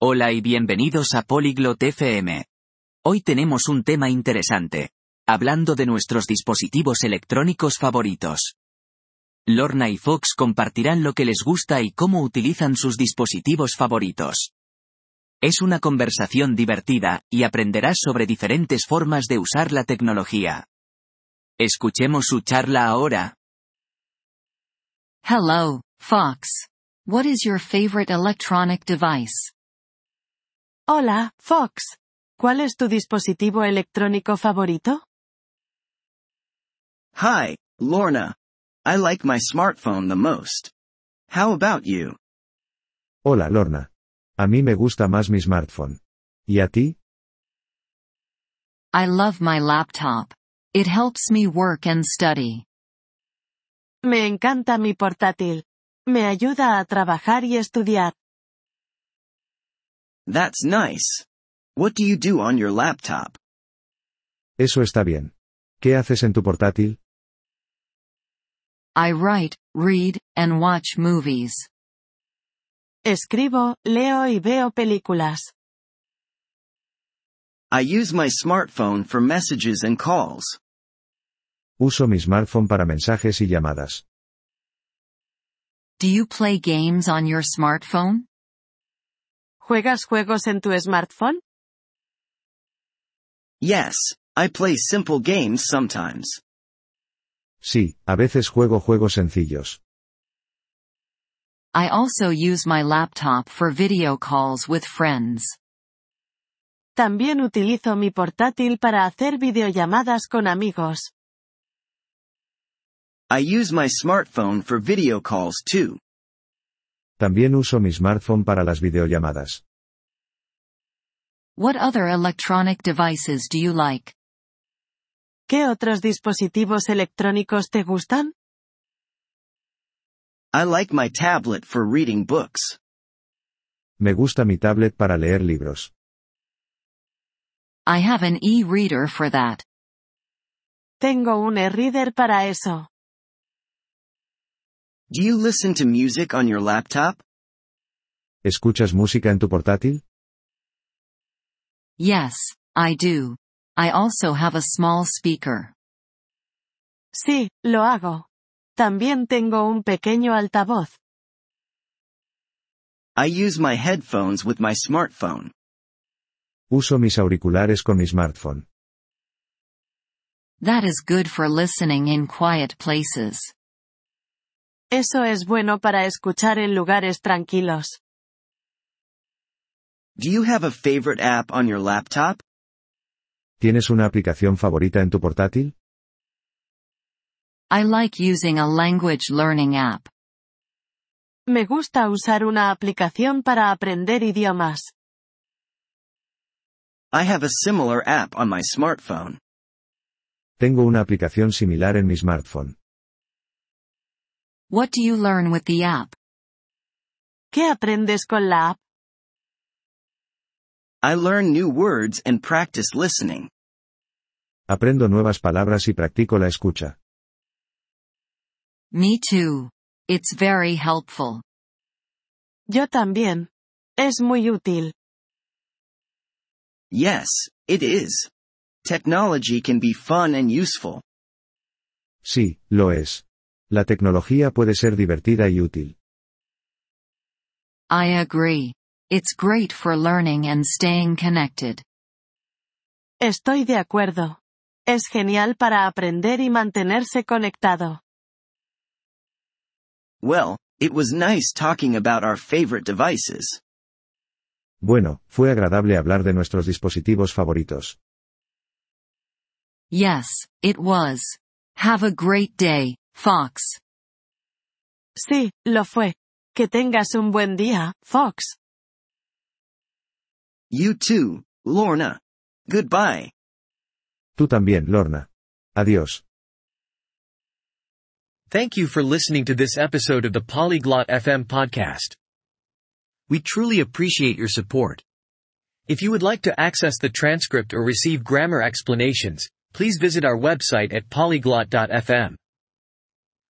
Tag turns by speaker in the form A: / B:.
A: Hola y bienvenidos a Polyglot FM. Hoy tenemos un tema interesante. Hablando de nuestros dispositivos electrónicos favoritos. Lorna y Fox compartirán lo que les gusta y cómo utilizan sus dispositivos favoritos. Es una conversación divertida, y aprenderás sobre diferentes formas de usar la tecnología. Escuchemos su charla ahora.
B: Hello, Fox. What is your favorite electronic device?
C: Hola, Fox. ¿Cuál es tu dispositivo electrónico favorito?
D: Hi, Lorna. I like my smartphone the most. How about you?
E: Hola, Lorna. A mí me gusta más mi smartphone. ¿Y a ti?
B: I love my laptop. It helps me work and study.
C: Me encanta mi portátil. Me ayuda a trabajar y estudiar.
D: That's nice. What do you do on your laptop?
E: Eso está bien. ¿Qué haces en tu portátil?
B: I write, read, and watch movies.
C: Escribo, leo y veo películas.
D: I use my smartphone for messages and calls.
E: Uso mi smartphone para mensajes y llamadas.
B: Do you play games on your smartphone?
C: ¿Juegas juegos en tu smartphone?
D: Yes, I play simple games sometimes.
E: Sí, a veces juego juegos sencillos.
B: I also use my laptop for video calls with friends.
C: También utilizo mi portátil para hacer videollamadas con amigos.
D: I use my smartphone for video calls too.
E: También uso mi smartphone para las videollamadas.
B: What other electronic devices do you like?
C: ¿Qué otros dispositivos electrónicos te gustan?
D: I like my tablet for reading books.
E: Me gusta mi tablet para leer libros.
B: I have an e-reader for that.
C: Tengo un e-reader para eso.
D: Do you listen to music on your laptop?
E: ¿Escuchas música en tu portátil?
B: Yes, I do. I also have a small speaker.
C: Sí, lo hago. También tengo un pequeño altavoz.
D: I use my headphones with my smartphone.
E: Uso mis auriculares con mi smartphone.
B: That is good for listening in quiet places.
C: Eso es bueno para escuchar en lugares tranquilos.
D: Do you have a favorite app on your laptop?
E: ¿Tienes una aplicación favorita en tu portátil?
B: I like using a language learning app.
C: Me gusta usar una aplicación para aprender idiomas.
D: I have a similar app on my smartphone.
E: Tengo una aplicación similar en mi smartphone.
B: What do you learn with the app?
C: ¿Qué aprendes con la app?
D: I learn new words and practice listening.
E: Aprendo nuevas palabras y practico la escucha.
B: Me too. It's very helpful.
C: Yo también. Es muy útil.
D: Yes, it is. Technology can be fun and useful.
E: Sí, lo es. La tecnología puede ser divertida y útil.
B: I agree. It's great for learning and staying connected.
C: Estoy de acuerdo. Es genial para aprender y mantenerse conectado.
D: Well, it was nice talking about our favorite devices.
E: Bueno, fue agradable hablar de nuestros dispositivos favoritos.
B: Yes, it was. Have a great day, Fox.
C: Sí, lo fue. Que tengas un buen día, Fox.
D: You too, Lorna. Goodbye.
E: Tú también, Lorna. Adiós.
F: Thank you for listening to this episode of the Polyglot FM podcast. We truly appreciate your support. If you would like to access the transcript or receive grammar explanations, please visit our website at polyglot.fm.